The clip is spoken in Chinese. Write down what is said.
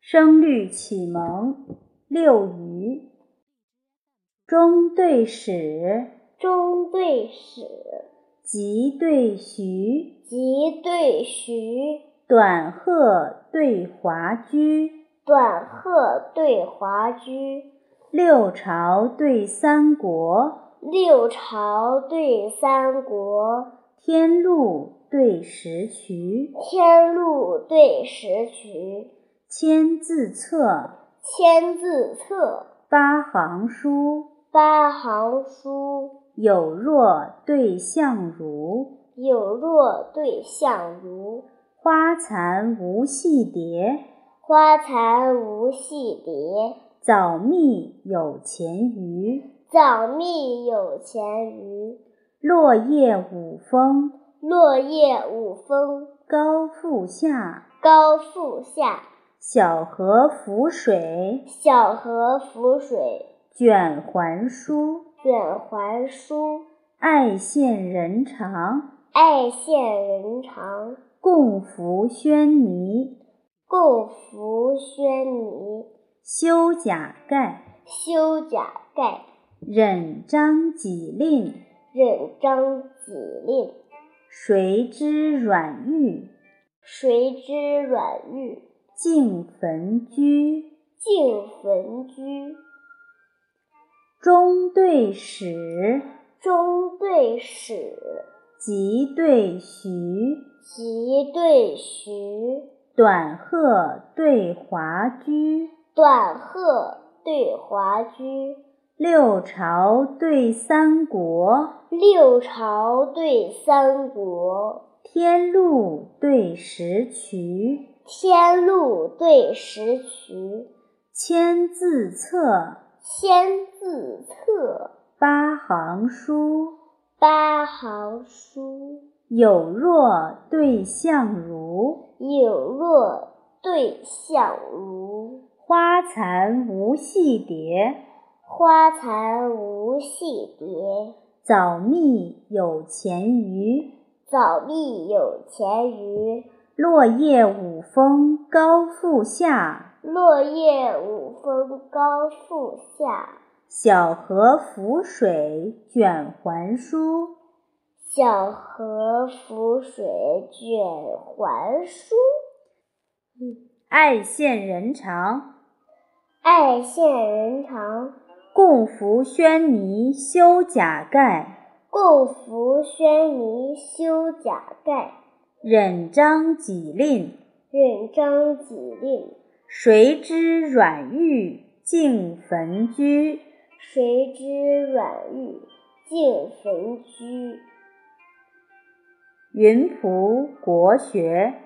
声律启蒙六余，中对始，中对始，急对徐，急对徐，短鹤对华居，短鹤对华居，六朝对三国，六朝对三国，天禄对石渠，天禄对石渠，千字册，千字册，八行书，八行书，有若对相如，有若对相如，花残无戏蝶，花残无戏蝶，早觅有钱鱼，早觅有钱鱼，落叶舞风，落叶舞风，高复下，高复下，小荷浮水，小荷浮水，卷环舒，卷环舒，爱羡人长，爱羡人长，共扶轩尼，共扶轩尼，修甲盖，修甲盖，忍章己令，忍章己令，谁知阮玉，谁知阮玉，竟焚居。竟焚居。中对始，中对始，急对徐，急对徐，短鹤对华居，短鹤对华居，六朝对三国，六朝对三国，天禄对石渠，天禄对石渠，千字册，千字册，八行书，八行书，有若对相如，有若对相如，花残无戏蝶，花残无戏蝶，早觅有钱鱼。早觅有钱鱼。落叶舞风高复下，落叶舞风高复下，小荷浮水卷环舒。小荷浮水卷环舒。爱羡人长，爱羡人长，共扶轩尼修甲盖。共扶轩尼修甲盖。忍章己令，忍章己令，谁知阮玉竟焚居？谁知阮玉竟焚居。云仆国学。